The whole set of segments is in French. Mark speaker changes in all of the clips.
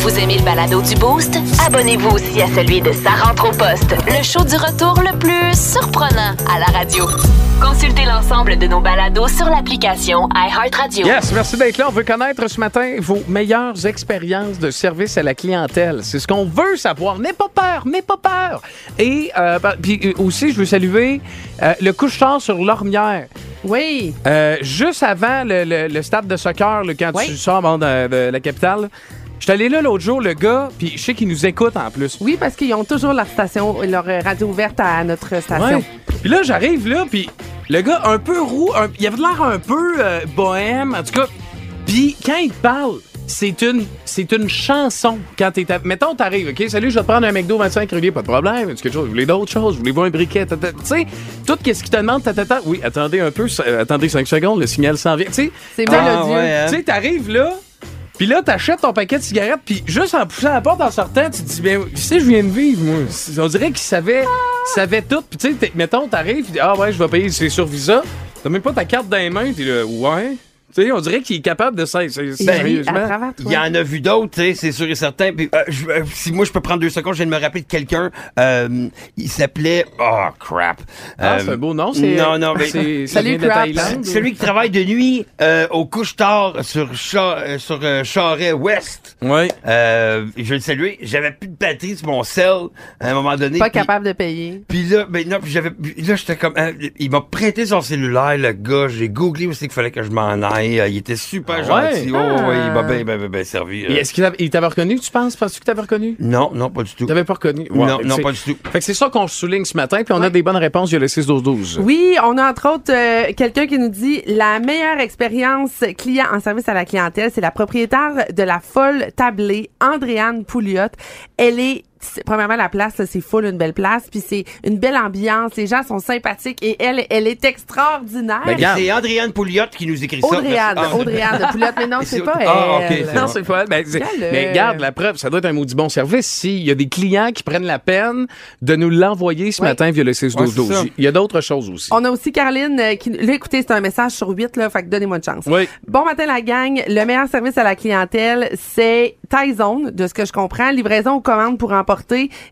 Speaker 1: Vous aimez le balado du Boost? Abonnez-vous aussi à celui de Sa rentre au poste, le show du retour le plus surprenant à la radio. Consultez l'ensemble de nos balados sur l'application iHeartRadio.
Speaker 2: Yes, merci d'être là. On veut connaître ce matin vos meilleures expériences de service à la clientèle. C'est ce qu'on veut savoir. N'aie pas peur, n'aie pas peur. Et euh, bah, puis euh, aussi, je veux saluer euh, le couche-tard sur l'ormière.
Speaker 3: Oui.
Speaker 2: Euh, juste avant le, le- le stade de soccer, là, quand
Speaker 3: Oui.
Speaker 2: tu sors bon, de, de la capitale, je suis allé là l'autre jour, le gars, puis je sais qu'il nous écoute en plus.
Speaker 3: Oui, parce qu'ils ont toujours leur station, leur euh, radio ouverte à notre station.
Speaker 2: Ouais. Puis là, j'arrive là, puis le gars, un peu roux, un- il avait l'air un peu euh, bohème, en tout cas. Puis quand il te parle, c'est une, c'est une chanson. Quand t'es à- Mettons, t'arrives, OK? Salut, je vais te prendre un McDo 25 régulier, pas de problème. Est-ce que Vous voulez d'autres choses? Vous voulez voir un briquet? Ta, ta- Tu sais, tout ce qu'il te demande, ta, ta, ta. Oui, attendez un peu, ça- euh, attendez 5 secondes, le signal s'en vient. Tu sais,
Speaker 3: C'est
Speaker 2: t'as-
Speaker 3: mélodieux.
Speaker 4: ouais, hein?
Speaker 2: Tu sais, t'arrives là. Puis là, t'achètes ton paquet de cigarettes, puis juste en poussant la porte, en sortant, tu te dis, bien, tu sais, je viens de vivre, moi. C'est- On dirait qu'il savait, savait tout. Puis tu sais, t'es- mettons, t'arrives, puis ah ouais, je vais payer, c'est sur Visa. T'as même pas ta carte dans les mains, t'es là, ouais. Tu sais, on dirait qu'il est capable de ça. c'est-
Speaker 3: Il rit Ben, à
Speaker 2: Sérieusement.
Speaker 3: travers toi.
Speaker 4: Ben, Il y en a vu d'autres, tu sais, c'est sûr et certain. Puis, euh, je- euh, si moi je peux prendre deux secondes, je viens de me rappeler de quelqu'un. euh, il s'appelait. Oh crap.
Speaker 2: Ah,
Speaker 4: Euh,
Speaker 2: c'est un beau nom, c'est.
Speaker 4: Non, ben, non, mais.
Speaker 2: c'est- ça
Speaker 3: Salut,
Speaker 2: vient de
Speaker 3: Craps.
Speaker 2: Thaïlande.
Speaker 4: Celui qui travaille de nuit euh, au couche-tard sur, Cha- euh, sur euh, Charest-Ouest.
Speaker 2: Ouais.
Speaker 4: Euh, je vais le saluer. J'avais plus de batterie sur mon cell à un moment donné.
Speaker 3: Pas
Speaker 4: puis-
Speaker 3: capable de payer.
Speaker 4: Puis là, ben non, puis j'avais, puis là j'étais comme, hein, il m'a prêté son cellulaire, le gars. J'ai googlé aussi qu'il fallait que je m'en aille. Euh, Il était super
Speaker 2: Ah ouais?
Speaker 4: gentil. Oh, ouais, il m'a bien, bien, bien, bien servi. euh.
Speaker 2: Et Est-ce qu'il t'avait- il t'avait reconnu, tu penses? Penses-tu que t'avais reconnu?
Speaker 4: Non, non, pas du tout.
Speaker 2: T'avais pas reconnu? Ouais,
Speaker 4: Non,
Speaker 2: fait que
Speaker 4: non,
Speaker 2: c'est-
Speaker 4: pas du tout.
Speaker 2: Fait que c'est ça qu'on souligne ce matin, puis on a
Speaker 3: Ouais.
Speaker 2: des bonnes réponses. Il y a le 6-12-12.
Speaker 3: Oui, on a entre autres euh, quelqu'un qui nous dit la meilleure expérience client en service à la clientèle, c'est la propriétaire de la folle tablée, Andréane Pouliot. Elle est c'est- Premièrement, la place, là, c'est full, une belle place, puis c'est une belle ambiance, les gens sont sympathiques et elle, elle est extraordinaire.
Speaker 2: Ben, regarde.
Speaker 4: C'est Andréane Pouliot qui nous écrit ça.
Speaker 3: Audrey-Anne,
Speaker 4: Merci. Ah,
Speaker 3: Audrey-Anne de Pouliot, mais non,
Speaker 4: Et
Speaker 3: c'est
Speaker 4: c'est-
Speaker 3: pas elle.
Speaker 4: Ah, ok, c'est
Speaker 2: Non,
Speaker 4: bon.
Speaker 2: c'est pas elle. Ben, c'est-
Speaker 3: Fais-le.
Speaker 2: mais garde, la preuve, ça doit être un maudit bon service s'il y a des clients qui prennent la peine de nous l'envoyer ce
Speaker 3: Oui.
Speaker 2: matin via le 6 12
Speaker 4: Ouais, c'est ça.
Speaker 2: Il y a d'autres choses aussi.
Speaker 3: On a aussi Caroline euh, qui... Là, écoutez, c'est un message sur 8, là, fait que donnez-moi une chance.
Speaker 2: Oui.
Speaker 3: Bon matin, la gang. Le meilleur service à la clientèle, c'est Taizone, de ce que je comprends. Livraison aux commandes pour emporter.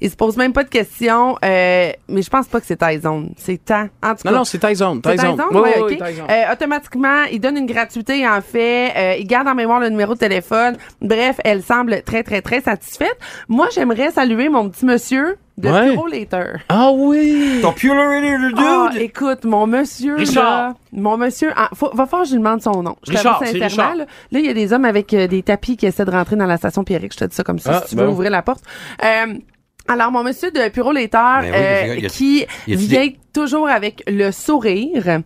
Speaker 3: Ils se posent même pas de questions, euh, mais je pense pas que c'est Taizone. C'est Ta. En tout
Speaker 2: Non,
Speaker 3: cas,
Speaker 2: non, c'est Tyson.
Speaker 3: C'est
Speaker 2: Tyson.
Speaker 3: Tyson?
Speaker 2: Oui,
Speaker 3: Ouais,
Speaker 2: oui,
Speaker 3: ok.
Speaker 2: oui, Tyson.
Speaker 3: Euh, automatiquement, il donne une gratuité, en fait. Euh, il garde en mémoire le numéro de téléphone. Bref, elle semble très, très, très satisfaite. Moi, j'aimerais saluer mon petit monsieur de
Speaker 2: Ouais.
Speaker 3: Bureau Later.
Speaker 2: Ah oui!
Speaker 4: Ton Pure Dude.
Speaker 3: Ah, écoute, mon monsieur.
Speaker 2: Richard.
Speaker 3: là, mon monsieur. ah, faut- va falloir que je lui demande son nom. Je t'avoue
Speaker 2: Richard, c'est
Speaker 3: sincèrement,
Speaker 2: Richard.
Speaker 3: Là, là, il y a des hommes avec euh, des tapis qui essaient de rentrer dans la station Pierrick. Je te dis ça comme ça,
Speaker 2: Ah,
Speaker 3: si tu
Speaker 2: ben
Speaker 3: veux
Speaker 2: oui.
Speaker 3: ouvrir la porte. Euh, alors, mon monsieur de Puro Laiteur,
Speaker 4: Ben oui,
Speaker 3: euh,
Speaker 4: y a-
Speaker 3: qui
Speaker 4: y a-t-il
Speaker 3: vient toujours avec le sourire,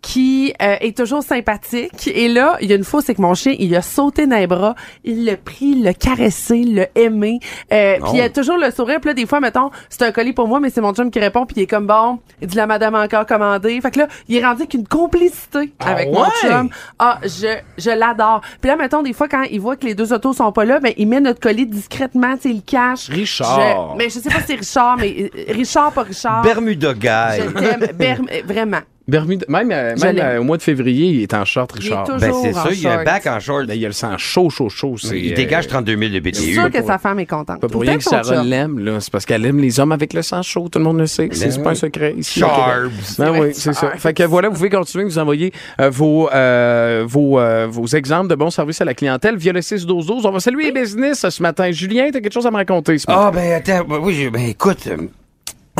Speaker 3: qui euh, est toujours sympathique. Et là, il y a une fois, c'est que mon chien, il a sauté dans les bras, il l'a pris, il l'a caressé, il l'a aimé. Euh, puis il
Speaker 2: Oh.
Speaker 3: a toujours le sourire. Puis là, des fois, mettons, c'est un colis pour moi, mais c'est mon chum qui répond, puis il est comme bon, il dit la madame a encore commandé. Fait que là, il est rendu avec une complicité avec mon
Speaker 2: ouais?
Speaker 3: chum. Ah, je, je l'adore. Puis là, mettons, des fois, quand il voit que les deux autos sont pas là, ben, il met notre colis discrètement, tu sais, il le cache.
Speaker 2: Richard.
Speaker 3: Je- mais je sais pas si c'est Richard, mais euh, Richard, pas Richard.
Speaker 4: Bermuda Guy. Ben,
Speaker 3: Je t'aime, Berm- euh, vraiment.
Speaker 2: Bermuda- Même, euh,
Speaker 3: Je
Speaker 2: même
Speaker 3: l'aime.
Speaker 2: euh, au mois de février, il est en short,
Speaker 3: Il est
Speaker 2: Richard.
Speaker 3: toujours-
Speaker 4: Ben, c'est
Speaker 3: en
Speaker 4: ça, il y a un
Speaker 3: short.
Speaker 4: bac en short.
Speaker 2: Ben, il a le sang chaud, chaud, chaud. c'est,
Speaker 4: Il
Speaker 2: euh,
Speaker 4: dégage 32 000 de
Speaker 3: Je suis
Speaker 4: BTU.
Speaker 3: sûre que sa femme est contente.
Speaker 2: Pas pour
Speaker 3: Ou
Speaker 2: rien que
Speaker 3: peut-être son
Speaker 2: Sarah
Speaker 3: chum.
Speaker 2: l'aime, là. C'est parce qu'elle aime les hommes avec le sang chaud. Tout le monde le sait.
Speaker 4: Ben
Speaker 2: C'est c'est pas un secret ici.
Speaker 4: Charbs.
Speaker 2: Ben oui, c'est ça. Fait que voilà, vous pouvez continuer de nous envoyer euh, vos, euh, vos, euh, vos exemples de bons services à la clientèle via le 6-12-12. On va saluer les business euh, ce matin. Julien, t'as quelque chose à me raconter ce matin?
Speaker 4: Ah, ben attends, ben, oui, j'ai- ben écoute, euh,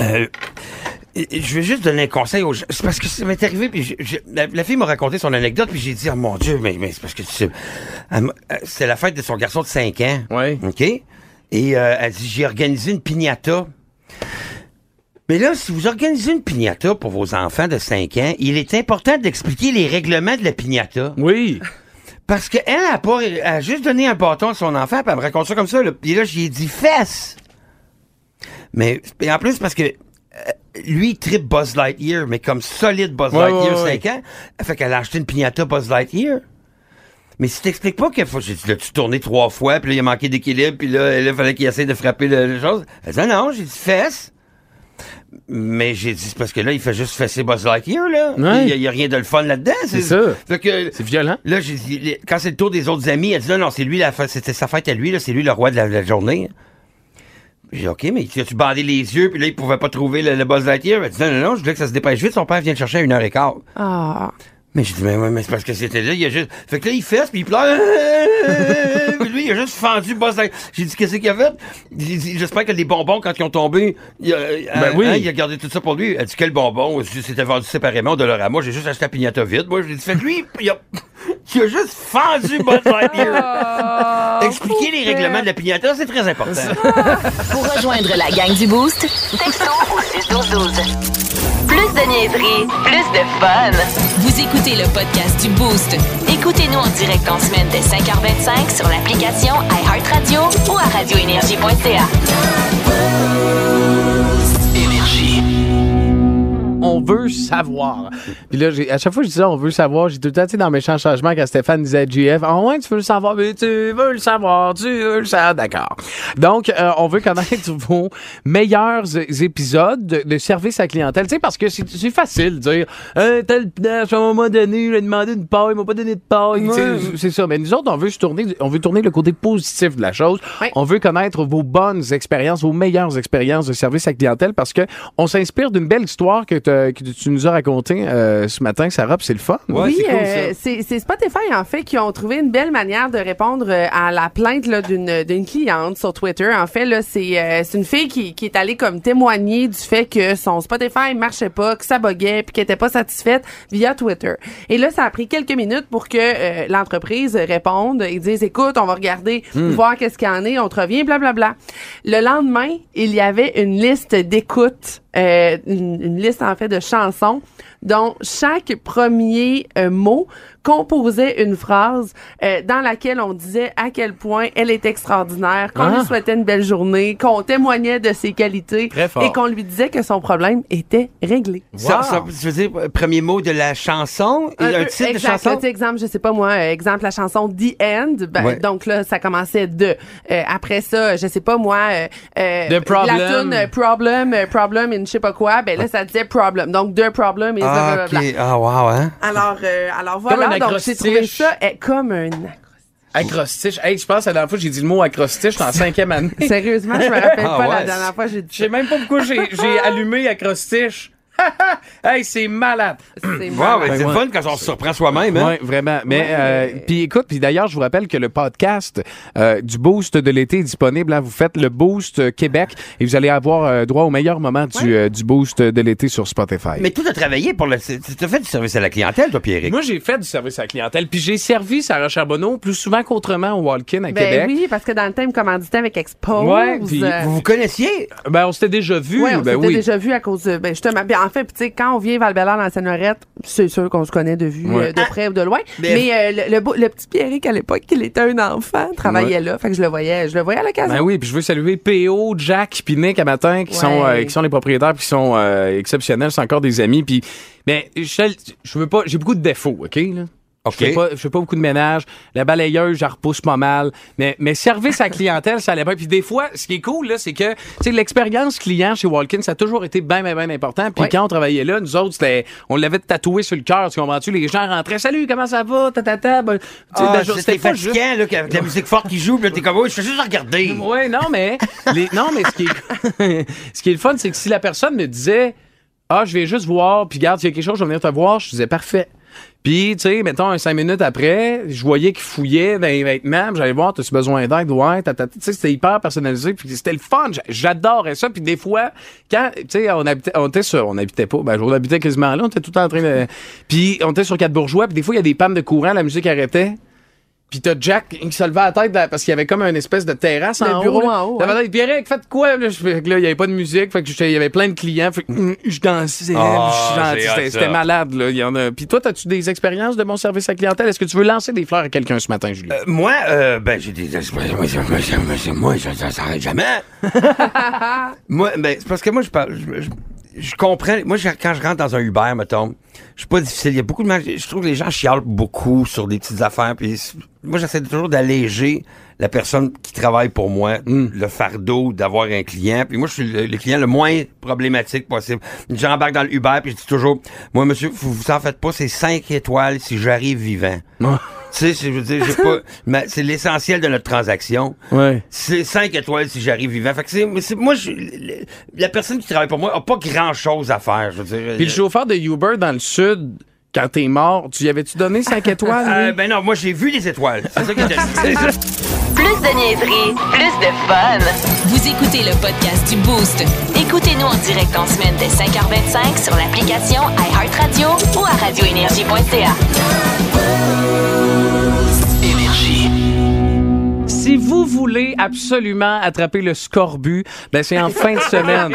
Speaker 4: euh, je vais juste donner un conseil aux gens. C'est parce que ça m'est arrivé, puis je- je- la, la fille m'a raconté son anecdote, puis j'ai dit, oh mon Dieu, mais, mais c'est parce que tu sais, elle m'a- euh, c'est la fête de son garçon de 5 ans.
Speaker 2: Ouais.
Speaker 4: OK? Et euh, elle dit, j'ai organisé une piñata. Mais là, si vous organisez une piñata pour vos enfants de 5 ans, il est important d'expliquer les règlements de la piñata.
Speaker 2: Oui.
Speaker 4: Parce qu'elle a pas, elle a juste donné un bâton à son enfant, puis elle me raconte ça comme ça. Là. Puis là, j'ai dit fesse. Mais et en plus, parce que euh, lui, il tripe Buzz Lightyear, mais comme solide Buzz
Speaker 2: Ouais,
Speaker 4: Lightyear,
Speaker 2: ouais, ouais.
Speaker 4: 5 ans. Fait qu'elle a acheté une piñata Buzz Lightyear. Mais si t'expliques pas qu'il faut, j'ai dit, l'as-tu tourné trois fois, puis là, il a manqué d'équilibre, puis là, il fallait qu'il essaie de frapper le, le chose. Elle dit, Ah non, j'ai dit fesse. mais j'ai dit, c'est parce que là, il fait juste fesser Buzz Lightyear, là. Il
Speaker 2: Ouais.
Speaker 4: y a- il y a, rien de le fun là-dedans.
Speaker 2: C'est ça.
Speaker 4: Fait que,
Speaker 2: C'est violent.
Speaker 4: là, j'ai dit, les- quand c'est le tour des autres amis, elle dit, non, non, c'est lui, la fête- c'était sa fête à lui, là, c'est lui le roi de la, la journée. J'ai dit, OK, mais tu as-tu bandé les yeux, puis là, il pouvait pas trouver le, le Buzz Lightyear? Elle dit, non, non, non, je voulais que ça se dépêche vite, son père vient le chercher à une heure et quart.
Speaker 3: Ah.
Speaker 4: Mais j'ai dit, mais, ouais, mais c'est parce que c'était là, il a juste. Fait que là, il fesse, puis il pleure. puis lui, il a juste fendu Buzz Lightyear. J'ai dit, qu'est-ce qu'il a fait? J'ai dit, J'espère que les bonbons, quand ils ont tombé, il a, hein,
Speaker 2: oui.
Speaker 4: hein, il a gardé tout ça pour lui. Elle dit, quel bonbon? J'ai dit, C'était vendu séparément de leur à moi. J'ai juste acheté la pignata vide. Moi, j'ai dit, fait que lui, il a, il a juste fendu Buzz Lightyear.
Speaker 3: Oh,
Speaker 4: Expliquer les règlements de la pignata, c'est très important.
Speaker 1: Pour rejoindre la gang du Boost, textons au 61212. Plus de niaiserie, plus de fun. Vous écoutez le podcast du Boost. Écoutez-nous en direct en semaine dès 5h25 sur l'application iHeartRadio ou à radioénergie.ca.
Speaker 2: On veut savoir. Puis là, j'ai- à chaque fois que je disais on veut savoir, j'ai tout le temps, tu sais, dans mes champs de changement, quand Stéphane disait à JF, ah ouais, tu veux le savoir, mais tu veux le savoir, tu veux le savoir, d'accord. Donc, euh, on veut connaître vos meilleurs euh, épisodes de, de service à clientèle. Tu sais, parce que c'est c'est facile de dire, euh, tel place, à un moment donné, il a demandé une paille, il m'a pas donné de paille. Tu sais, C'est ça. Mais nous autres, on veut se tourner, on veut tourner le côté positif de la chose.
Speaker 3: Oui.
Speaker 2: On veut connaître vos bonnes expériences, vos meilleures expériences de service à clientèle parce que on s'inspire d'une belle histoire que, t'as- que tu nous as racontée euh, ce matin, Sarah, puis c'est le fun.
Speaker 4: Ouais,
Speaker 3: oui,
Speaker 4: c'est cool,
Speaker 3: euh,
Speaker 4: ça.
Speaker 3: c'est c'est Spotify, en fait, qui ont trouvé une belle manière de répondre euh, à la plainte là, d'une d'une cliente sur Twitter. En fait, là, c'est euh, c'est une fille qui, qui est allée comme témoigner du fait que son Spotify marchait pas, que ça boguait, puis qu'elle était pas satisfaite via Twitter. Et là, ça a pris quelques minutes pour que euh, l'entreprise réponde et dise, écoute, on va regarder,
Speaker 4: Hmm.
Speaker 3: voir qu'est-ce qu'il y en est, on te revient, blablabla. Le lendemain, il y avait une liste d'écoutes, euh, une, une liste, en fait, de chansons dont chaque premier euh, mot composait une phrase euh, dans laquelle on disait à quel point elle est extraordinaire, qu'on
Speaker 2: Ah.
Speaker 3: lui souhaitait une belle journée, qu'on témoignait de ses qualités
Speaker 2: Très fort.
Speaker 3: et qu'on lui disait que son problème était réglé.
Speaker 4: Ça,
Speaker 2: Wow.
Speaker 4: ça, je veux dire, premier mot de la chanson, et un,
Speaker 3: peu,
Speaker 4: titre
Speaker 3: exact,
Speaker 4: de chanson.
Speaker 3: là, tu sais, exemple, je sais pas moi, euh, exemple la chanson The End, ben,
Speaker 4: Ouais.
Speaker 3: donc là ça commençait de. Euh, après ça, je sais pas moi, euh, euh,
Speaker 2: The Problem.
Speaker 3: la tune euh, Problem, euh, Problem in je sais pas quoi, ben là ça disait Problem, donc The Problem et
Speaker 4: Ah,
Speaker 3: blablabla.
Speaker 4: ok. Ah, wow, hein?
Speaker 3: Alors, euh, alors
Speaker 2: Comme
Speaker 3: voilà,
Speaker 2: un
Speaker 3: donc j'ai
Speaker 2: acrostiche.
Speaker 3: trouvé ça euh, comme un acrostiche.
Speaker 2: Acrostiche. Hey, je pense à la dernière fois que j'ai dit le mot acrostiche en cinquième année.
Speaker 3: Sérieusement, je me rappelle
Speaker 4: Ah
Speaker 3: pas la
Speaker 4: ouais,
Speaker 3: dernière fois que j'ai
Speaker 2: Je
Speaker 3: dit ça.
Speaker 2: sais même pas pourquoi j'ai j'ai allumé acrostiche. hey, c'est malade.
Speaker 3: C'est
Speaker 4: Wow,
Speaker 3: malade.
Speaker 4: mais c'est le fun quand on se surprend soi-même, hein?
Speaker 2: Oui, vraiment. Mais
Speaker 3: Ouais.
Speaker 2: euh, puis écoute, puis d'ailleurs, je vous rappelle que le podcast euh, du Boost de l'été est disponible. hein. Vous faites le Boost euh, Québec et vous allez avoir euh, droit au meilleur moment du, euh, du Boost de l'été sur Spotify.
Speaker 4: Mais toi, t'as travaillé pour le. Tu t'as fait du service à la clientèle, toi, Pierrick.
Speaker 2: Moi, j'ai fait du service à la clientèle, puis j'ai servi Sarah Charbonneau plus souvent qu'autrement au Walkin à
Speaker 3: Ben
Speaker 2: Québec.
Speaker 3: oui, parce que dans le thème commandité avec Expose,
Speaker 2: Ouais, puis
Speaker 3: euh,
Speaker 4: Vous vous connaissiez?
Speaker 2: Ben, on s'était déjà vu.
Speaker 3: ouais, on
Speaker 2: ben
Speaker 3: s'était
Speaker 2: oui.
Speaker 3: déjà vu à cause de, ben justement, ben en fait, puis tu sais, quand on vient val dans la Seigneurette, c'est sûr qu'on se connaît de vue,
Speaker 2: Ouais.
Speaker 3: euh, de près ou de loin.
Speaker 4: Mais-
Speaker 3: Mais, euh, le, le beau- le petit Pierrick à l'époque, il était un enfant, travaillait là, fait que je le voyais, je le voyais à l'occasion.
Speaker 2: Ben oui, puis je veux saluer PO, Jack, puis Nick à matin, qui
Speaker 3: Ouais.
Speaker 2: sont euh, qui sont les propriétaires, puis qui sont euh, exceptionnels, c'est encore des amis. Puis, mais je, je veux pas, j'ai beaucoup de défauts, ok là.
Speaker 4: OK.
Speaker 2: Je fais pas, je fais pas beaucoup de ménage. La balayeuse, je la repousse pas mal. Mais, mais service à clientèle, ça allait bien. Puis des fois, ce qui est cool, là, c'est que, tu sais, l'expérience client chez Walkin, ça a toujours été bien, bien, bien important. Puis
Speaker 3: Ouais.
Speaker 2: quand on travaillait là, nous autres, c'était, on l'avait tatoué sur le cœur, tu comprends-tu? Les gens rentraient, salut, comment ça va? Ta, ta, ta. Ben, tu sais,
Speaker 4: Ah,
Speaker 2: ben,
Speaker 4: c'était
Speaker 2: pas juste-
Speaker 4: fatigant, là, avec la musique forte qui joue, puis là, t'es comme, oui, je fais juste regarder.
Speaker 2: Ouais, non, mais les- non, mais ce qui est ce qui est le fun, c'est que si la personne me disait ah, je vais juste voir, puis garde, s'il y a quelque chose, je vais venir te voir, je disais parfait. Puis, tu sais, mettons, un cinq minutes après, je voyais qu'il fouillait dans les vêtements, puis j'allais voir, t'as-tu besoin d'aide? Ouais, ta, ta, ta. tu sais, c'était hyper personnalisé, puis c'était le fun, j'a- j'adorais ça. Puis des fois, quand, tu sais, on habitait, on était sur, on habitait pas, ben, on habitait quasiment là, on était tout le temps en train de... Puis on était sur quatre bourgeois, puis des fois, il y a des pannes de courant, la musique arrêtait. Puis t'as Jack qui se levait la tête dans- parce qu'il y avait comme une espèce de terrasse
Speaker 3: Le
Speaker 2: en haut.
Speaker 3: bureau
Speaker 2: là.
Speaker 3: en haut, hein.
Speaker 2: T'avais l'air, Pierrick, faites quoi? Là, Je- fait que là, il y avait pas de musique, fait que j'étais- il y avait plein de clients. Fait que, hum, je dansais,
Speaker 4: Mm. Ah,
Speaker 2: je suis gentil.
Speaker 4: c'est hot,
Speaker 2: C'était-
Speaker 4: ça.
Speaker 2: C'était malade, là. Il y en a. Puis toi, as-tu des expériences de bon service à clientèle? Est-ce que tu veux lancer des fleurs à quelqu'un ce matin, Julien?
Speaker 4: Euh, Moi, euh, ben, j'ai des. Moi, moi, moi, moi, moi, ça s'arrête jamais. moi, ben, c'est parce que moi, je parle. je- je- je comprends. Moi, je- quand je rentre dans un Uber, mettons, je suis pas difficile. Il y a beaucoup de gens. Je trouve que les gens chialent beaucoup sur des petites affaires. Puis c'est- moi, j'essaie toujours d'alléger la personne qui travaille pour moi, le fardeau d'avoir un client. Puis moi, je suis le, le client le moins problématique possible. J'embarque dans le Uber, puis je dis toujours, moi, monsieur, vous vous en faites pas, c'est 5 étoiles si j'arrive vivant. tu sais, c'est- je veux dire, j'ai pas. mais c'est l'essentiel de notre transaction.
Speaker 2: Ouais.
Speaker 4: C'est 5 étoiles si j'arrive vivant. Fait que c'est, c'est- moi, je- le- la personne qui travaille pour moi a pas grand chose à faire. Je veux dire.
Speaker 2: Puis le chauffeur de Uber dans le sud, quand t'es mort, tu y avais-tu donné 5 étoiles? lui?
Speaker 4: Euh, ben non, moi j'ai vu les étoiles. C'est ça qui était- c'est ça.
Speaker 1: Plus de niaiserie, plus de fun. Vous écoutez le podcast du Boost. Écoutez-nous en direct en semaine dès 5h25 sur l'application iHeartRadio ou à radioénergie.ca.
Speaker 2: Si vous voulez absolument attraper le scorbut, ben c'est en fin de semaine.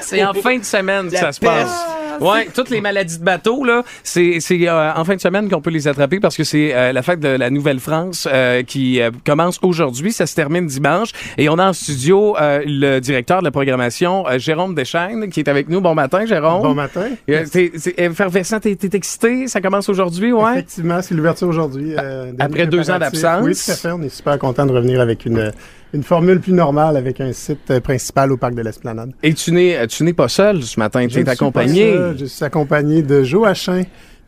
Speaker 2: c'est en fin de semaine que
Speaker 4: La
Speaker 2: ça se
Speaker 4: peste.
Speaker 2: passe. Ouais, toutes les maladies de bateau là, c'est c'est euh, en fin de semaine qu'on peut les attraper parce que c'est euh, la fête de la Nouvelle-France euh, qui euh, commence aujourd'hui, ça se termine dimanche et on a en studio euh, le directeur de la programmation euh, Jérôme Deschaines qui est avec nous. Bon matin Jérôme.
Speaker 5: Bon matin.
Speaker 2: Euh, t'es- C'est effervescent, t'es t'es excité, ça commence aujourd'hui, ouais.
Speaker 5: Effectivement, c'est l'ouverture aujourd'hui. euh, des
Speaker 2: Après deux ans
Speaker 5: préparatifs.
Speaker 2: d'absence.
Speaker 5: Oui, tout à fait. On est super content de revenir avec une, une formule plus normale, avec un site euh, principal au Parc de l'Esplanade.
Speaker 2: Et tu n'es tu n'es pas seul ce matin,
Speaker 5: Je
Speaker 2: tu
Speaker 5: ne
Speaker 2: es
Speaker 5: suis
Speaker 2: accompagné.
Speaker 5: pas seul, Je suis accompagné de Joe Hachin,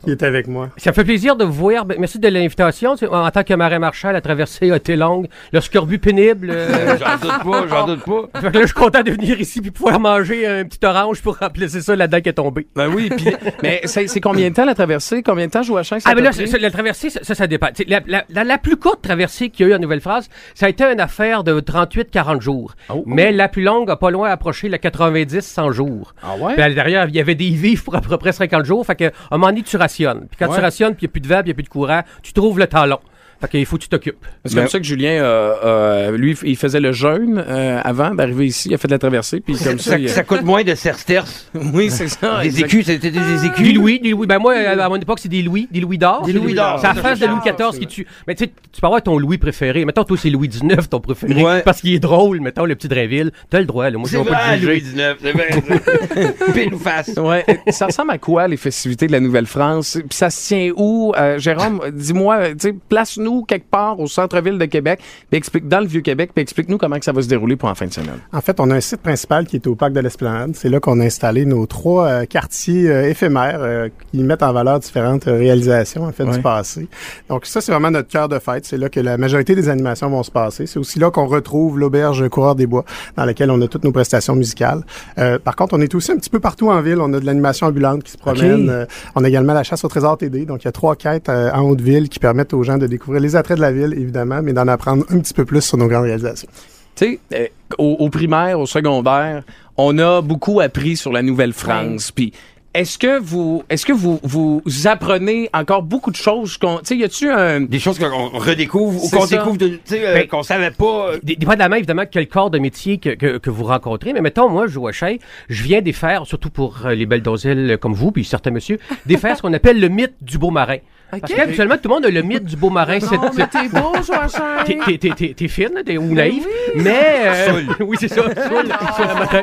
Speaker 5: qui est avec moi.
Speaker 6: Ça fait plaisir de vous voir. Ben, Merci de l'invitation. Tu sais, En tant que marin marchand, la traversée a été longue. Le scorbut pénible. euh,
Speaker 4: J'en doute pas, j'en doute pas.
Speaker 6: fait que là, je suis content de venir ici puis pouvoir manger un petit orange pour remplacer ça la dent qui est tombée.
Speaker 2: Ben oui, puis mais c'est c'est combien de temps la traversée? Combien de temps je vois ça
Speaker 6: Ah, mais
Speaker 2: t'a
Speaker 6: là,
Speaker 2: pris?
Speaker 6: c'est- c'est- la traversée, ça, ça, ça dépend. Tu sais, La, la- la- la plus courte traversée qu'il y a eu en Nouvelle-France, ça a été une affaire de 38-40 jours.
Speaker 2: Oh.
Speaker 6: Mais la plus longue a pas loin approché la 90-100 jours.
Speaker 2: Ah ouais?
Speaker 6: Puis à l'intérieur, il y avait des vivres pour à peu près 50 jours. Fait que, à un moment donné, tu rationnes. Puis quand
Speaker 2: Ouais.
Speaker 6: tu rationnes, puis il n'y a plus de vent, puis il n'y a plus de courant, tu trouves le talon. Fait qu'il faut que tu t'occupes.
Speaker 2: C'est comme ça que Julien, euh, euh, lui, il faisait le jeûne euh, avant d'arriver ici, il a fait de la traversée, puis comme ça,
Speaker 4: Ça,
Speaker 2: il-
Speaker 4: ça coûte moins de cersterce.
Speaker 2: oui, c'est ça.
Speaker 4: Des
Speaker 2: exact.
Speaker 4: écus, c'était des
Speaker 6: Des
Speaker 4: écus.
Speaker 6: louis, des louis. Ben moi, à à mon époque, c'est des louis, des louis d'or.
Speaker 4: Des
Speaker 6: C'est
Speaker 4: louis d'or.
Speaker 6: C'est la phrase de Louis XIV qui tue. Mais tu sais, tu peux avoir ton louis préféré. Mettons, toi, c'est Louis XIX, ton préféré.
Speaker 4: Ouais.
Speaker 6: Parce qu'il est drôle, mettons, le petit Dréville. T'as le droit, là. Moi, je
Speaker 4: C'est
Speaker 6: vais pas
Speaker 4: vrai,
Speaker 6: le juger.
Speaker 4: Louis XIX. C'est vrai. Pile ou face.
Speaker 2: Ouais, et ça ressemble à quoi les festivités de la Nouvelle-France Puis ça se tient où Euh, Jérôme, dis-moi, euh, tu sais, place-nous quelque part au centre-ville de Québec, puis explique dans le Vieux-Québec, puis explique-nous comment que ça va se dérouler pour en fin de semaine.
Speaker 5: En fait, on a un site principal qui est au Parc de l'Esplanade. C'est là qu'on a installé nos trois euh, quartiers euh, éphémères euh, qui mettent en valeur différentes euh, réalisations en fait
Speaker 2: Ouais.
Speaker 5: du passé. Donc ça, c'est vraiment notre cœur de fête. C'est là que la majorité des animations vont se passer. C'est aussi là qu'on retrouve l'auberge Coureur des Bois dans laquelle on a toutes nos prestations musicales. Euh, par contre, on est aussi un petit peu partout en ville. On a de l'animation ambulante qui se promène. Euh, on a également la chasse au trésor TD. Donc il y a trois quêtes euh, en haute ville qui permettent aux gens de découvrir les attraits de la ville, évidemment, mais d'en apprendre un petit peu plus sur nos grandes réalisations.
Speaker 2: Tu sais, euh, au, au primaire, au secondaire, on a beaucoup appris sur la Nouvelle-France. Puis, est-ce que vous, est-ce que vous, vous apprenez encore beaucoup de choses qu'on, tu sais, y a-tu un,
Speaker 4: Des choses qu'on redécouvre ou
Speaker 2: C'est
Speaker 4: qu'on
Speaker 2: ça.
Speaker 4: découvre de, tu sais, euh,
Speaker 6: Ben,
Speaker 4: qu'on savait pas. euh,
Speaker 6: Dé- Dépendamment, évidemment, quel corps de métier que, que, que vous rencontrez. Mais mettons, moi, Joachim, je viens défaire, surtout pour euh, les belles donzelles euh, comme vous, puis certains messieurs, défaire ce qu'on appelle le mythe du beau marin. Parce
Speaker 3: Ok.
Speaker 6: qu'habituellement, tout le monde a le mythe du beau marin. C'est-
Speaker 3: Non,
Speaker 6: c'est-
Speaker 3: mais t'es beau, Joachim. Ben
Speaker 6: T'es- T'es, t'es, t'es, t'es fine, là, t'es, ou naïf, mais... euh, oui, c'est ça, saoul,
Speaker 4: Ah.
Speaker 6: saoul le matin.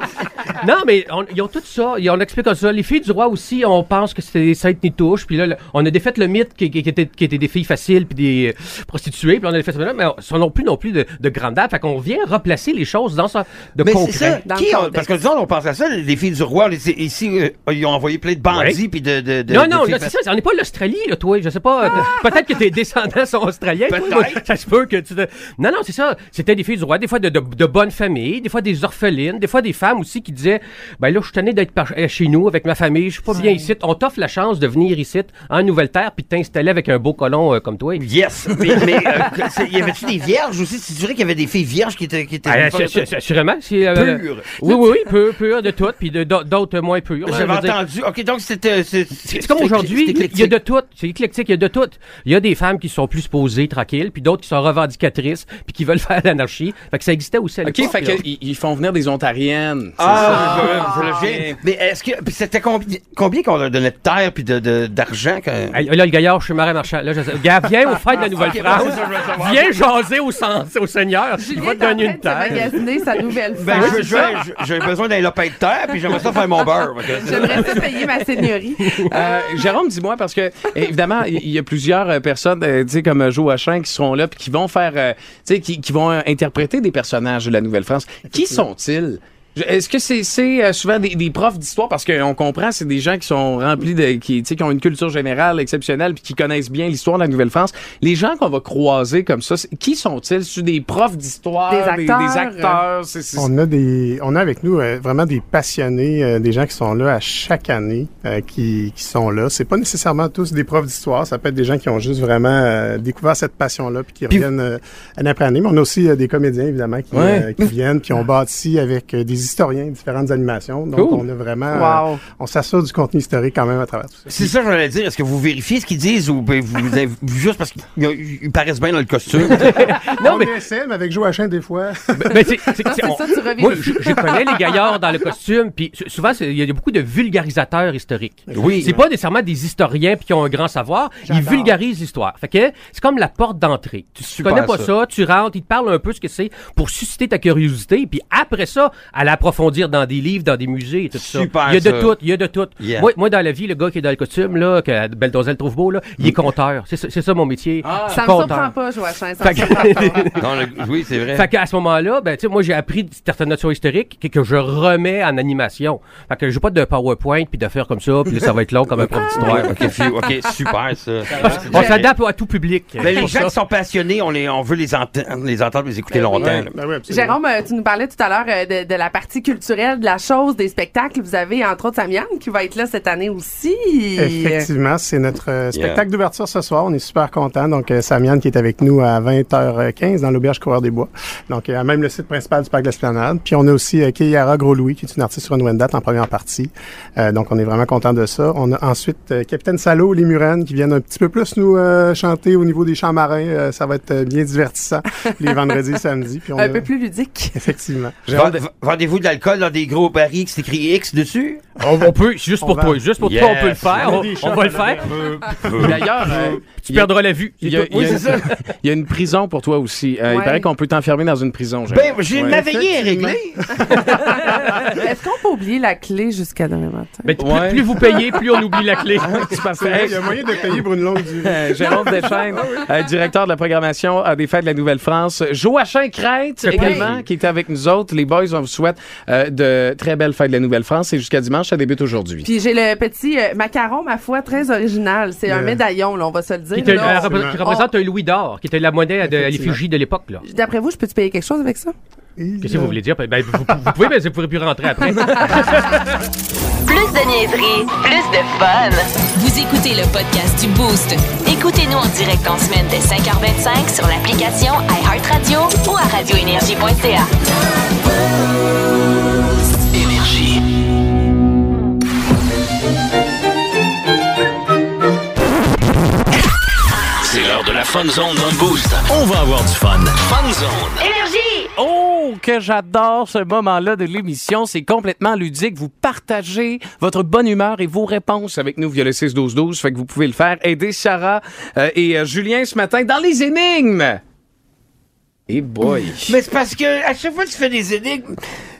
Speaker 6: Non, mais on- ils ont tout ça, ils- on explique ça. Les filles du roi aussi, on pense que c'était des saintes nitouches, puis là, le- on a défait le mythe qui, qui- qui était, qui était des filles faciles, puis des euh, prostituées, puis on a défait ça, mais on- ça non plus, non plus de, de grande dame, fait qu'on vient replacer les choses dans ça, de
Speaker 4: Mais c'est
Speaker 6: concret.
Speaker 4: ça.
Speaker 3: dans
Speaker 4: Qui
Speaker 3: le
Speaker 4: a-
Speaker 3: contexte.
Speaker 4: parce que disons, on pense à ça, les filles du roi, les- ici, euh, ils ont envoyé plein de bandits puis de, de, de-
Speaker 6: non,
Speaker 4: de
Speaker 6: non,
Speaker 4: filles
Speaker 6: là, c'est ça, on n'est pas l'Australie, là, toi, je sais pas, euh, peut-être que tes descendants sont australiens, toi,
Speaker 4: Ah! Peut-être.
Speaker 6: moi, ça se peut que tu te... Non, non, c'est ça, c'était des filles du roi, des fois de, de, de bonnes familles, des fois des orphelines, des fois des femmes aussi qui disaient, ben là, je suis tanné d'être par- euh, chez nous avec ma famille, je suis pas bien ici, on t'offre la chance de venir ici, en Nouvelle-Terre, puis de t'installer avec un beau colon euh, comme toi.
Speaker 4: Yes. Mais, mais euh, que- c'est- y avait-tu des vierges aussi? Tu dirais qu'il y avait des filles vierges qui étaient. Qui étaient
Speaker 6: Ah, c'est- c'est- c'est- Assurément, c'est... euh,
Speaker 4: Pures.
Speaker 6: Oui, oui, oui, pure, pure de toutes, puis de- d'autres moins pures. là, je
Speaker 4: J'avais
Speaker 6: veux dire.
Speaker 4: entendu. OK, donc c'était.
Speaker 6: C'est comme aujourd'hui, il y a de tout. C'est éclectique. politique, il y a de tout. Il y a des femmes qui sont plus posées, tranquilles, puis d'autres qui sont revendicatrices, puis qui veulent faire l'anarchie. Fait que ça existait aussi à l'époque.
Speaker 2: OK, fait
Speaker 6: là.
Speaker 2: que ils- ils font venir des Ontariennes.
Speaker 4: Ah, je- je- je- je- Mais est-ce que. puis c'était combien, combien qu'on leur donnait de terre puis de- de- d'argent? que-
Speaker 6: Hey, là, le gaillard, je suis marin marchand. Là, je sais- Gars, viens au fait de la Nouvelle-France. viens jaser au, sens, au Seigneur. Il va te donner une terre.
Speaker 3: magasiner sa nouvelle
Speaker 4: Ben,
Speaker 3: femme.
Speaker 4: je- je- je- j'ai besoin d'un lopin de terre puis j'aimerais ça faire mon beurre. parce que-
Speaker 3: J'aimerais ça payer ma seigneurie.
Speaker 2: Euh, Jérôme, dis-moi, parce que, évidemment, il il y a plusieurs euh, personnes, euh, tu sais, comme euh, Joe Hachin, qui seront là, puis qui vont faire, euh, tu sais, qui, qui vont euh, interpréter des personnages de la Nouvelle-France. Qui sont-ils? Je- Est-ce que c'est c'est, euh, souvent des, des profs d'histoire? Parce qu'on comprend, c'est des gens qui sont remplis de. qui, tu sais, qui ont une culture générale exceptionnelle, puis qui connaissent bien l'histoire de la Nouvelle-France. Les gens qu'on va croiser comme ça, c'est- qui sont-ils? C'est des profs d'histoire?
Speaker 3: Des acteurs, euh?
Speaker 2: Des, acteurs? C'est- c'est-
Speaker 5: On a des, on a avec nous euh, vraiment des passionnés, euh, des gens qui sont là à chaque année, euh, qui, qui sont là. C'est pas nécessairement tous des profs d'histoire, ça peut être des gens qui ont juste vraiment euh, découvert cette passion-là puis qui reviennent euh, année après année. Mais on a aussi euh, des comédiens évidemment qui,
Speaker 2: Ouais.
Speaker 5: euh, qui viennent puis on bâtit avec euh, des historiens différentes animations. Donc
Speaker 6: Cool.
Speaker 5: on a vraiment,
Speaker 3: Wow.
Speaker 5: euh, on s'assure du contenu historique quand même à travers tout ça.
Speaker 4: C'est ça que je voulais dire. Est-ce que vous vérifiez ce qu'ils disent ou ben, vous, vous avez- juste parce qu'ils paraissent bien dans le costume?
Speaker 6: Non,
Speaker 5: on
Speaker 6: mais-
Speaker 5: essaie, mais avec Joe Hachin, des fois.
Speaker 6: Ben, c'est- c'est- c'est- on-
Speaker 3: ça, tu reviens.
Speaker 6: Moi, je, je connais les gaillards dans le costume, puis sou- souvent, c'est- il y a beaucoup de vulgarisateurs historiques.
Speaker 4: Oui.
Speaker 6: C'est pas nécessairement des historiens puis qui ont un grand savoir. Ils vulgarisent l'histoire. Fait que c'est comme la porte d'entrée. Tu
Speaker 4: Super,
Speaker 6: connais pas
Speaker 4: ça.
Speaker 6: ça. tu rentres, ils te parlent un peu ce que c'est pour susciter ta curiosité, puis après ça, à l'approfondir dans des livres, dans des musées et tout ça.
Speaker 4: Super,
Speaker 6: il y a de
Speaker 4: ça.
Speaker 6: tout, il y a de tout.
Speaker 4: Yeah.
Speaker 6: Moi, moi, dans la vie, le gars qui est dans le costume, là, que Beldonzel trouve beau, là, il est
Speaker 4: Mm.
Speaker 6: compteur. C'est ça, c'est ça mon métier.
Speaker 4: Ah.
Speaker 3: Ça me
Speaker 6: Compteur.
Speaker 3: surprend pas, Joachim. Ça me
Speaker 6: Fait
Speaker 3: surprend pas.
Speaker 6: que-
Speaker 4: Non, le- oui, c'est
Speaker 2: Eh.
Speaker 4: vrai.
Speaker 6: Fait qu'à ce moment-là, ben, tu sais, moi, j'ai appris certaines notions historiques que, que je remets en animation. Fait que j'ai pas de PowerPoint puis d'affaires comme ça, puis là, ça va être long comme un prof d'histoire.
Speaker 4: Ouais, ok, phew, ok, super ça.
Speaker 6: On s'adapte à tout public.
Speaker 2: Ben,
Speaker 4: Mais les
Speaker 6: Pour
Speaker 4: gens
Speaker 6: ça.
Speaker 4: qui sont passionnés, on, les, on veut les entendre, les entendre, les écouter longtemps.
Speaker 5: Ouais,
Speaker 4: là.
Speaker 5: ben oui, absolument.
Speaker 3: Jérôme, euh, tu nous parlais tout à l'heure euh, de, de la partie culturelle de la chose, des spectacles. Vous avez entre autres Samian qui va être là cette année aussi.
Speaker 5: Effectivement, c'est notre euh, spectacle d'ouverture ce soir. On est super contents. Donc, euh, Samiane qui est avec nous à 20h15 dans l'auberge Coureur des Bois. Donc, euh, à même le site principal du Parc de l'Esplanade. Puis, on a aussi euh, Keyara Gros-Louis, qui est une artiste Wendat en première partie. Euh, donc, on est vraiment contents de ça. On a ensuite euh, Capitaine Salo, les Murènes, qui viennent un petit peu plus nous euh, chanter au niveau des chants marins. Euh, ça va être euh, bien divertissant les vendredis et samedis. Puis on
Speaker 3: Un
Speaker 5: a-
Speaker 3: peu plus ludique.
Speaker 5: Effectivement.
Speaker 4: Vend- v- Vendez-vous de l'alcool dans des gros barils qui s'écrit X dessus?
Speaker 6: On, on peut, c'est juste pour
Speaker 5: va-
Speaker 6: toi, juste pour toi, on peut le
Speaker 4: Yes.
Speaker 6: faire. On, on va le faire.
Speaker 2: D'ailleurs, euh,
Speaker 6: Tu perdras la vue.
Speaker 2: il y a- il y
Speaker 4: Oui,
Speaker 2: a-
Speaker 4: c'est ça.
Speaker 2: il y a une prison pour toi aussi. Euh, Il
Speaker 3: Ouais.
Speaker 2: paraît qu'on peut t'enfermer dans une prison. Jérôme.
Speaker 4: Ben, j'ai ma veillée à régler.
Speaker 3: Est-ce qu'on peut oublier la clé jusqu'à demain matin?
Speaker 6: Mais plus,
Speaker 2: Ouais.
Speaker 6: plus vous payez, plus on oublie la clé.
Speaker 2: C'est parfait.
Speaker 5: Il y a moyen de payer pour une longue durée.
Speaker 2: Euh, Jérôme Deschaines, euh, directeur de la programmation euh, des Fêtes de la Nouvelle-France. Joachim Crête également, qui était avec nous autres. Les boys, on vous souhaite euh, de très belles Fêtes de la Nouvelle-France. Et jusqu'à dimanche, ça débute aujourd'hui.
Speaker 3: Puis j'ai le petit euh, macaron, ma foi, très original. C'est un
Speaker 5: Euh.
Speaker 3: médaillon, là, on va se le
Speaker 6: Qui,
Speaker 3: dire.
Speaker 6: te-
Speaker 3: là.
Speaker 6: elle repré- qui représente un louis d'or, qui était la monnaie de à l'effigie de l'époque. là.
Speaker 3: D'après vous, je peux-tu payer quelque chose avec ça?
Speaker 6: Qu'est-ce que vous voulez dire? Ben, vous, vous pouvez, mais vous pourrez plus rentrer après.
Speaker 1: Plus de niaiserie, plus de fun. Vous écoutez le podcast du Boost. Écoutez-nous en direct en semaine dès 5h25 sur l'application iHeartRadio ou à radioénergie.ca.
Speaker 7: C'est l'heure de la Fun Zone dans le Boost. On va avoir du fun. Fun Zone.
Speaker 2: Oh, que j'adore ce moment-là de l'émission. C'est complètement ludique. Vous partagez votre bonne humeur et vos réponses avec nous via le 6-12-12. Fait que vous pouvez le faire. Aider Sarah euh, et euh, Julien ce matin dans les énigmes. Et boy.
Speaker 4: Mais c'est parce que à chaque fois que tu fais des énigmes,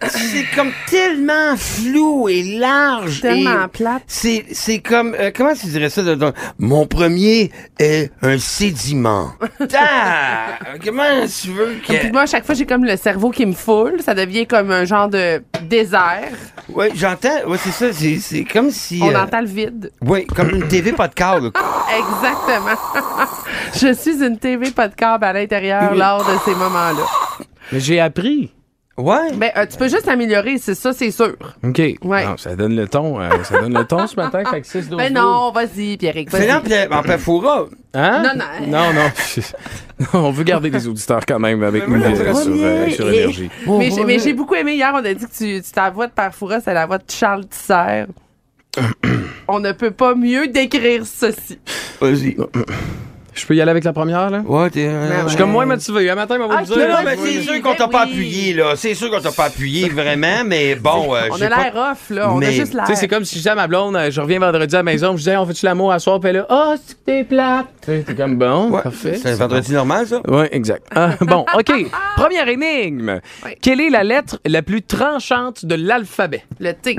Speaker 4: c'est comme tellement flou et large.
Speaker 3: Tellement
Speaker 4: et
Speaker 3: plate.
Speaker 4: C'est, c'est comme, euh, comment tu dirais ça? dedans? Mon premier est un sédiment. Ah, comment tu veux que...
Speaker 3: Puis moi, à chaque fois, j'ai comme le cerveau qui me foule. Ça devient comme un genre de désert.
Speaker 4: Oui, j'entends. Oui, c'est ça. C'est, c'est comme si.
Speaker 3: On
Speaker 4: euh,
Speaker 3: entend le vide.
Speaker 4: Oui, comme une TV pas de câble.
Speaker 3: Exactement. je suis une TV pas de câble à l'intérieur lors de ces moments-là.
Speaker 2: Mais j'ai appris.
Speaker 4: Ouais.
Speaker 3: Ben, euh, tu peux juste améliorer, c'est ça, c'est sûr.
Speaker 2: OK.
Speaker 3: Ouais.
Speaker 2: Non, ça donne le ton. euh, ça donne le ton ce matin. Fait que 6 12
Speaker 3: Ben non, vas-y, Pierrick,
Speaker 4: C'est
Speaker 3: vas-y.
Speaker 4: là, puis, euh, en Pafoura.
Speaker 2: Hein?
Speaker 3: Non, non.
Speaker 2: Non, non. Non, on veut garder les auditeurs quand même avec nous euh, sur, euh, sur Énergie.
Speaker 3: Mais j'ai- mais j'ai beaucoup aimé hier, on a dit que tu, tu- ta voix de Parfoura, c'est la voix de Charles Tisser. on ne peut pas mieux décrire ceci.
Speaker 4: Vas-y.
Speaker 2: Je peux y aller avec la première, là?
Speaker 4: Ouais, t'es. euh,
Speaker 2: Je suis comme moins motivé. Un matin, on va
Speaker 3: Ah,
Speaker 2: vous
Speaker 3: ok,
Speaker 2: dire.
Speaker 4: Non,
Speaker 3: ouais.
Speaker 4: mais c'est
Speaker 3: Oui.
Speaker 4: sûr qu'on t'a
Speaker 3: Ben
Speaker 4: pas
Speaker 3: oui.
Speaker 4: appuyé, là. C'est sûr qu'on t'a pas appuyé, vraiment, mais bon, euh,
Speaker 3: On
Speaker 4: j'ai
Speaker 3: a
Speaker 4: pas-
Speaker 3: l'air off, là. On a
Speaker 4: Mais-
Speaker 3: juste l'air.
Speaker 2: Tu sais, c'est comme si je disais à ma blonde, euh, je reviens vendredi à la maison, je disais, on fait-tu l'amour à soir, puis elle là, ah, c'est que t'es plate. Tu sais, T'es comme bon,
Speaker 4: Ouais,
Speaker 2: parfait.
Speaker 4: C'est un vendredi normal, ça?
Speaker 2: Oui, exact. Ah, bon, OK. Première énigme. Quelle est la lettre la plus tranchante de l'alphabet?
Speaker 3: Le T.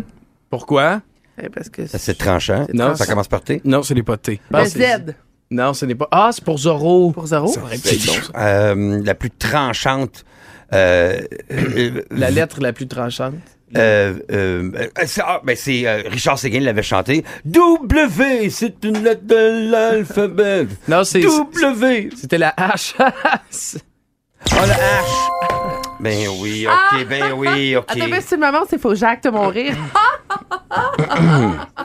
Speaker 2: Pourquoi?
Speaker 3: Eh, Parce que
Speaker 4: Ça, C'est tranchant.
Speaker 2: Non,
Speaker 4: ça
Speaker 2: c'est-
Speaker 4: commence par T.
Speaker 2: Non, ce n'est pas T.
Speaker 3: le
Speaker 2: Non, Ah, c'est-
Speaker 3: Z
Speaker 2: Non, ce n'est pas. Ah, c'est pour Zorro.
Speaker 3: pour Zorro.
Speaker 2: C'est bon, ça.
Speaker 4: Euh, la plus tranchante. Euh, euh,
Speaker 2: La lettre la plus tranchante.
Speaker 4: euh, euh, euh, c'est- ah, ben c'est euh, Richard Séguin l'avait chanté. W, c'est une lettre de l'alphabet.
Speaker 2: Non, c'est.
Speaker 4: W.
Speaker 2: C'était la H.
Speaker 4: Oh la H. Ben oui, ok, ben oui, ok.
Speaker 3: Attends, mais c'est le moment où c'est faux. Jacques, t'as mon rire.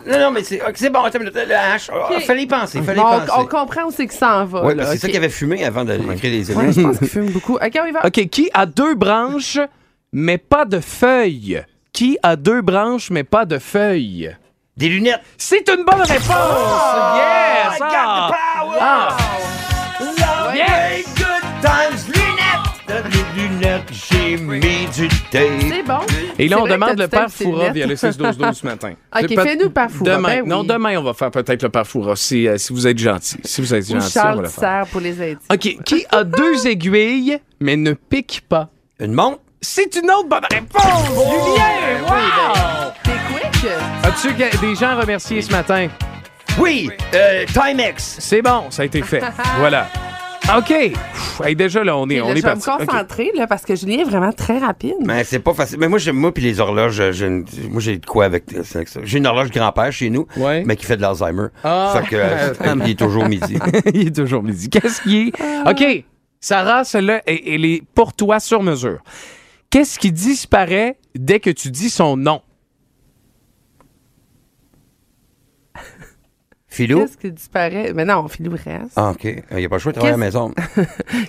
Speaker 4: Non, non, mais c'est ok, c'est bon, attends, le, le H. Ah,
Speaker 3: Ok.
Speaker 4: Fallait y penser, fallait y
Speaker 3: Bon,
Speaker 4: penser.
Speaker 3: on, on comprend où c'est que ça en va.
Speaker 4: Ouais,
Speaker 3: là,
Speaker 4: parce que c'est ça
Speaker 3: ok.
Speaker 4: qu'il avait fumé avant d'écrire les
Speaker 3: Ouais, je
Speaker 4: énigmes.
Speaker 3: pense qu'il fume beaucoup. OK, on y va.
Speaker 2: OK, qui a deux branches, mais pas de feuilles? Qui a deux branches, mais pas de feuilles?
Speaker 4: Des lunettes.
Speaker 2: C'est une bonne réponse! yes! Ah! Ah! Yes!
Speaker 3: C'est bon.
Speaker 2: Et là,
Speaker 3: C'est
Speaker 2: on
Speaker 3: vrai que
Speaker 2: demande le
Speaker 3: t'as dit ça,
Speaker 2: père
Speaker 3: c'est
Speaker 2: Foura
Speaker 3: net.
Speaker 2: via le 6-12-12 ce matin.
Speaker 3: OK,
Speaker 2: C'est peut-
Speaker 3: fais-nous le père Foura,
Speaker 2: Demain.
Speaker 3: ben oui.
Speaker 2: Non, demain, on va faire peut-être le père Foura, si, euh, si vous êtes gentil. Si vous êtes gentil, on
Speaker 3: Ou
Speaker 2: va
Speaker 3: Charles
Speaker 2: le faire.
Speaker 3: Tissère pour les aider.
Speaker 2: OK, qui a deux aiguilles, mais ne pique pas? Oh!
Speaker 4: Une montre.
Speaker 2: C'est une autre bonne réponse! Julien! Wow!
Speaker 3: T'es quick?
Speaker 2: ben As-tu ga- des gens à remercier ce matin?
Speaker 4: Oui, euh, Timex.
Speaker 2: C'est bon, ça a été fait. voilà. Ah, OK. Pff, hey, déjà, là, on est, on
Speaker 3: Là,
Speaker 2: est
Speaker 3: je vais me
Speaker 2: parti. OK. Ben,
Speaker 3: concentrer là, parce que Julien est vraiment très rapide.
Speaker 4: Mais c'est pas facile. Mais moi, j'aime moi puis les horloges. euh, j'ai une- moi, j'ai de quoi avec, euh, avec ça. J'ai une horloge grand-père chez nous,
Speaker 2: Ouais.
Speaker 4: mais qui fait de l'Alzheimer.
Speaker 2: Ah.
Speaker 4: Fait que euh, il est toujours midi.
Speaker 2: Il est toujours midi. Qu'est-ce qui est? OK. Sarah, celle-là, elle, elle est pour toi sur mesure. Qu'est-ce qui disparaît dès que tu dis son nom?
Speaker 4: Philou.
Speaker 3: Qu'est-ce qui disparaît? Mais non, Philou reste.
Speaker 4: Ah, ok. Il n'y a pas le choix de travailler à la maison.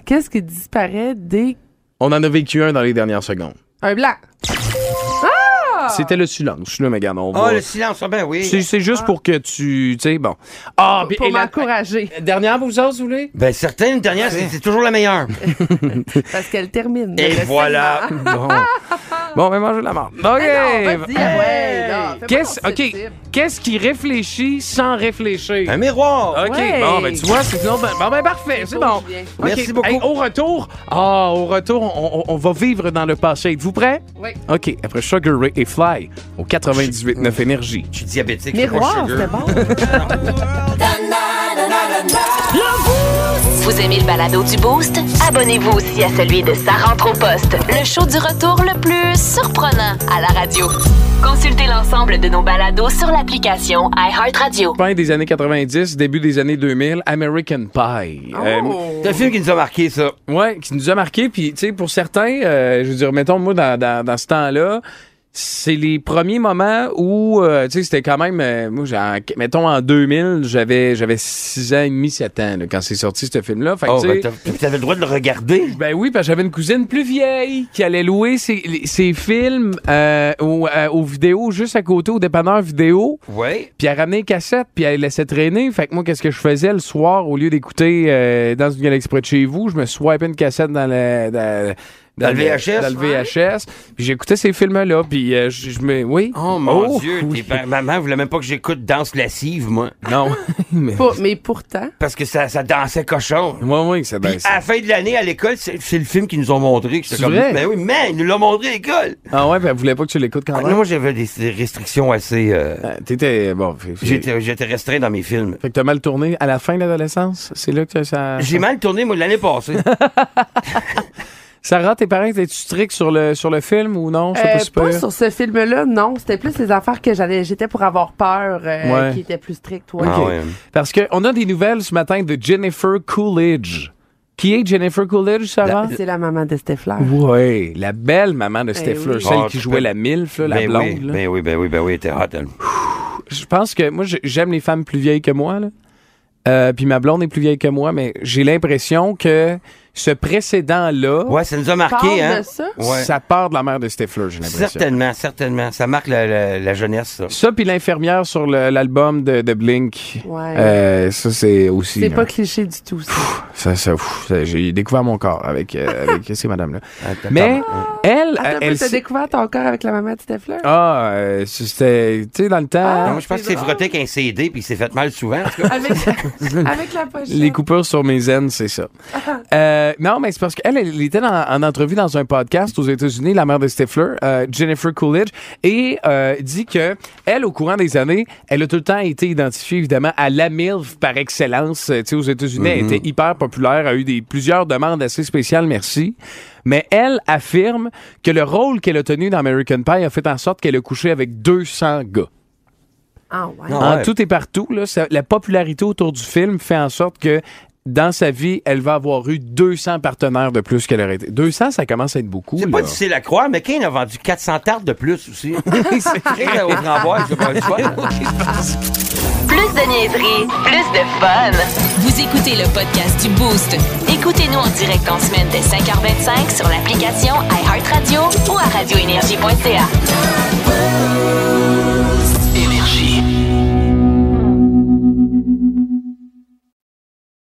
Speaker 3: Qu'est-ce qui disparaît dès.
Speaker 2: On en a vécu un dans les dernières secondes.
Speaker 3: Un blanc.
Speaker 2: C'était le silence. Je suis là, mais regarde, on
Speaker 4: Ah,
Speaker 2: va-
Speaker 4: le silence. Ah, ben
Speaker 2: C'est
Speaker 4: oui.
Speaker 2: c'est juste pour que tu... Tu sais, bon. Ah, puis-
Speaker 3: Pour
Speaker 2: et la-
Speaker 3: m'encourager.
Speaker 2: Dernière, vous autres, vous voulez?
Speaker 4: Ben, certaines dernières, c'est c'est toujours la meilleure.
Speaker 3: Parce qu'elle termine. Ben,
Speaker 4: Et
Speaker 3: Le
Speaker 4: voilà.
Speaker 2: Bon. bon, mais mangez de la marde. OK.
Speaker 3: segment. Non, ben, vas-y, ouais, non, fais pas
Speaker 2: Qu'est-ce
Speaker 3: ton
Speaker 2: OK,
Speaker 3: susceptible.
Speaker 2: qu'est-ce qui réfléchit sans réfléchir
Speaker 4: Un miroir.
Speaker 2: OK,
Speaker 3: Ouais.
Speaker 2: bon ben tu vois, c'est sinon ben, bon, ben, parfait, c'est bon.
Speaker 3: Beau, Julien.
Speaker 2: OK,
Speaker 4: Merci beaucoup.
Speaker 2: hey, au retour, ah au retour, on, on- on va vivre dans le passé. Êtes-vous prêts
Speaker 3: Oui.
Speaker 2: OK, après Sugar Ray et Fly au 98.9 énergie.
Speaker 4: Je suis diabétique. c'est pas
Speaker 3: Miroir,
Speaker 4: sugar.
Speaker 3: c'était bon.
Speaker 1: Vous aimez le balado du Boost? Abonnez-vous aussi à celui de Sa rentre au poste, le show du retour le plus surprenant à la radio. Consultez l'ensemble de nos balados sur l'application iHeartRadio.
Speaker 2: Fin des années 90, début des années 2000, American Pie. Euh,
Speaker 3: Oh.
Speaker 4: C'est un film qui nous a marqué, ça.
Speaker 2: Ouais, qui nous a marqué. Puis, tu sais, pour certains, euh, je veux dire, mettons, moi, dans, dans, dans ce temps-là, c'est les premiers moments où, euh, tu sais, c'était quand même, euh, moi, j'ai- en- mettons, en 2000, j'avais j'avais 6 ans et demi, 7 ans, là, quand c'est sorti, ce film-là. Fait que,
Speaker 4: Oh,
Speaker 2: tu sais,
Speaker 4: ben, t'as- t'avais le droit de le regarder.
Speaker 2: ben oui, parce que j'avais une cousine plus vieille qui allait louer ses, les- ses films euh, au- euh, aux vidéos juste à côté, au dépanneur vidéo.
Speaker 4: Oui.
Speaker 2: Puis elle ramenait les cassettes, puis elle les laissait traîner. Fait que moi, qu'est-ce que je faisais le soir, au lieu d'écouter euh, dans une galaxie près de chez vous, je me swipais une cassette dans le... Dans,
Speaker 4: Dans le VHS?
Speaker 2: Dans le VHS. Puis j'écoutais ces films-là, puis euh, je je me... Oui?
Speaker 4: Oh mon Dieu,
Speaker 2: oui.
Speaker 4: t'es pas- maman voulait même pas que j'écoute Danse lascive, moi.
Speaker 2: Non. mais...
Speaker 3: Pour- mais pourtant,
Speaker 4: Parce que ça, ça dansait cochon.
Speaker 2: Oui, oui, c'est bien
Speaker 4: Puis ah! à
Speaker 2: Ben, ça.
Speaker 4: la fin de l'année, à l'école, c'est c'est le film qu'ils nous ont montré. que j'étais
Speaker 2: C'est
Speaker 4: comme,
Speaker 2: vrai?
Speaker 4: Ben oui, mais ils nous l'ont montré à l'école.
Speaker 2: Ah ouais, puis elle voulait pas que tu l'écoutes quand
Speaker 4: Ah, non,
Speaker 2: même.
Speaker 4: moi, j'avais des, des restrictions assez... euh,
Speaker 2: Ah, T'étais... Bon, fait, fait-
Speaker 4: J'étais j'étais restreint dans mes films.
Speaker 2: fait que t'as mal tourné à la fin de l'adolescence? C'est là que Ah, ça...
Speaker 4: J'ai mal tourné, moi, l'année passée.
Speaker 2: Sarah, tes parents, étaient-tu strict sur le, sur le film ou non?
Speaker 3: euh,
Speaker 2: C'était
Speaker 3: pas
Speaker 2: pas super.
Speaker 3: sur ce film-là, non. C'était plus les affaires que j'allais, j'étais pour avoir peur, euh,
Speaker 2: Ouais.
Speaker 3: qui étaient plus strictes. ouais.
Speaker 4: Ah ouais.
Speaker 2: Parce qu'on a des nouvelles ce matin de Jennifer Coolidge. Qui est Jennifer Coolidge, Sarah?
Speaker 3: C'est la maman de Stéphane.
Speaker 2: Oui, la belle maman de Stéphler,
Speaker 3: Eh oui.
Speaker 2: celle
Speaker 4: Ah,
Speaker 2: qui
Speaker 4: tu
Speaker 2: jouait
Speaker 4: peux-
Speaker 2: la MILF, là, la
Speaker 4: ben,
Speaker 2: blonde.
Speaker 4: oui,
Speaker 2: là.
Speaker 4: ben oui, ben oui, ben oui, t'es hot. elle.
Speaker 2: Je pense que moi, j'ai- j'aime les femmes plus vieilles que moi. là. Euh, puis ma blonde est plus vieille que moi, mais j'ai l'impression que ce précédent-là,
Speaker 4: Ouais, ça nous a
Speaker 3: Parle
Speaker 4: marqué,
Speaker 3: de
Speaker 4: hein?
Speaker 3: ça.
Speaker 4: Ouais.
Speaker 2: ça part de la mère de Stifler, j'ai l'impression.
Speaker 4: Certainement, certainement. Ça marque la, la- la jeunesse, ça.
Speaker 2: Ça, puis l'infirmière sur le- l'album de, de Blink.
Speaker 3: Ouais.
Speaker 2: Euh, ça, c'est aussi.
Speaker 3: C'est
Speaker 2: là.
Speaker 3: pas cliché du tout, ça.
Speaker 2: Ça, ça, ouf, ça, j'ai découvert mon corps avec, euh, avec ces madames-là.
Speaker 4: Attends,
Speaker 2: Mais elle,
Speaker 3: Attends, un peu,
Speaker 2: elle,
Speaker 3: t'as
Speaker 2: s'est-
Speaker 3: découvert ton corps avec la maman de Stifler?
Speaker 2: ah, euh, c'était, tu sais, dans le temps,
Speaker 3: Ah.
Speaker 4: Non, je pense que c'est frotté qu'un CD puis il s'est fait mal souvent. en tout cas.
Speaker 3: Avec, avec la pochette.
Speaker 2: les coupures sur mes aines, c'est ça. Euh, non, mais c'est parce qu'elle, elle était dans- en entrevue dans un podcast aux États-Unis, la mère de Stifler, euh, Jennifer Coolidge, et euh, dit que elle, au courant des années, elle a tout le temps été identifiée, évidemment, à la MILF par excellence. Euh, Tu sais, aux États-Unis, elle était hyper populaire, a eu des, plusieurs demandes assez spéciales, merci. Mais elle affirme que le rôle qu'elle a tenu dans American Pie a fait en sorte qu'elle a couché avec 200 gars.
Speaker 3: Ah, ouais.
Speaker 4: Non.
Speaker 2: En
Speaker 4: Ouais.
Speaker 2: tout et partout, là, ça- la popularité autour du film fait en sorte que dans sa vie, elle va avoir eu 200 partenaires de plus qu'elle aurait été. 200, ça commence à être beaucoup.
Speaker 4: C'est
Speaker 2: là.
Speaker 4: pas difficile à croire, mais Kane a vendu 400 tartes de plus aussi. c'est vrai. Au grand j'ai pas eu le choix.
Speaker 1: Plus de niaiserie, plus de fun. Vous écoutez le podcast du Boost. Écoutez-nous en direct en semaine dès 5h25 sur l'application iHeartRadio ou à radioénergie.ca.